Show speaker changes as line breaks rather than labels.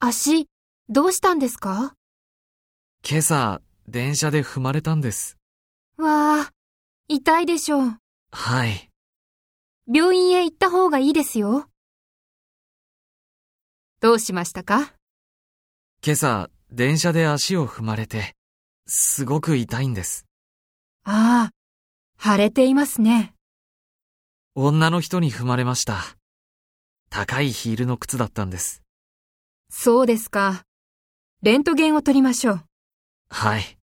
足、どうしたんですか
今朝、電車で踏まれたんです。
わあ、痛いでしょう。
はい。
病院へ行った方がいいですよ。どうしましたか
今朝、電車で足を踏まれて、すごく痛いんです。
ああ、腫れていますね。
女の人に踏まれました。高いヒールの靴だったんです。
そうですか。レントゲンを取りましょう。
はい。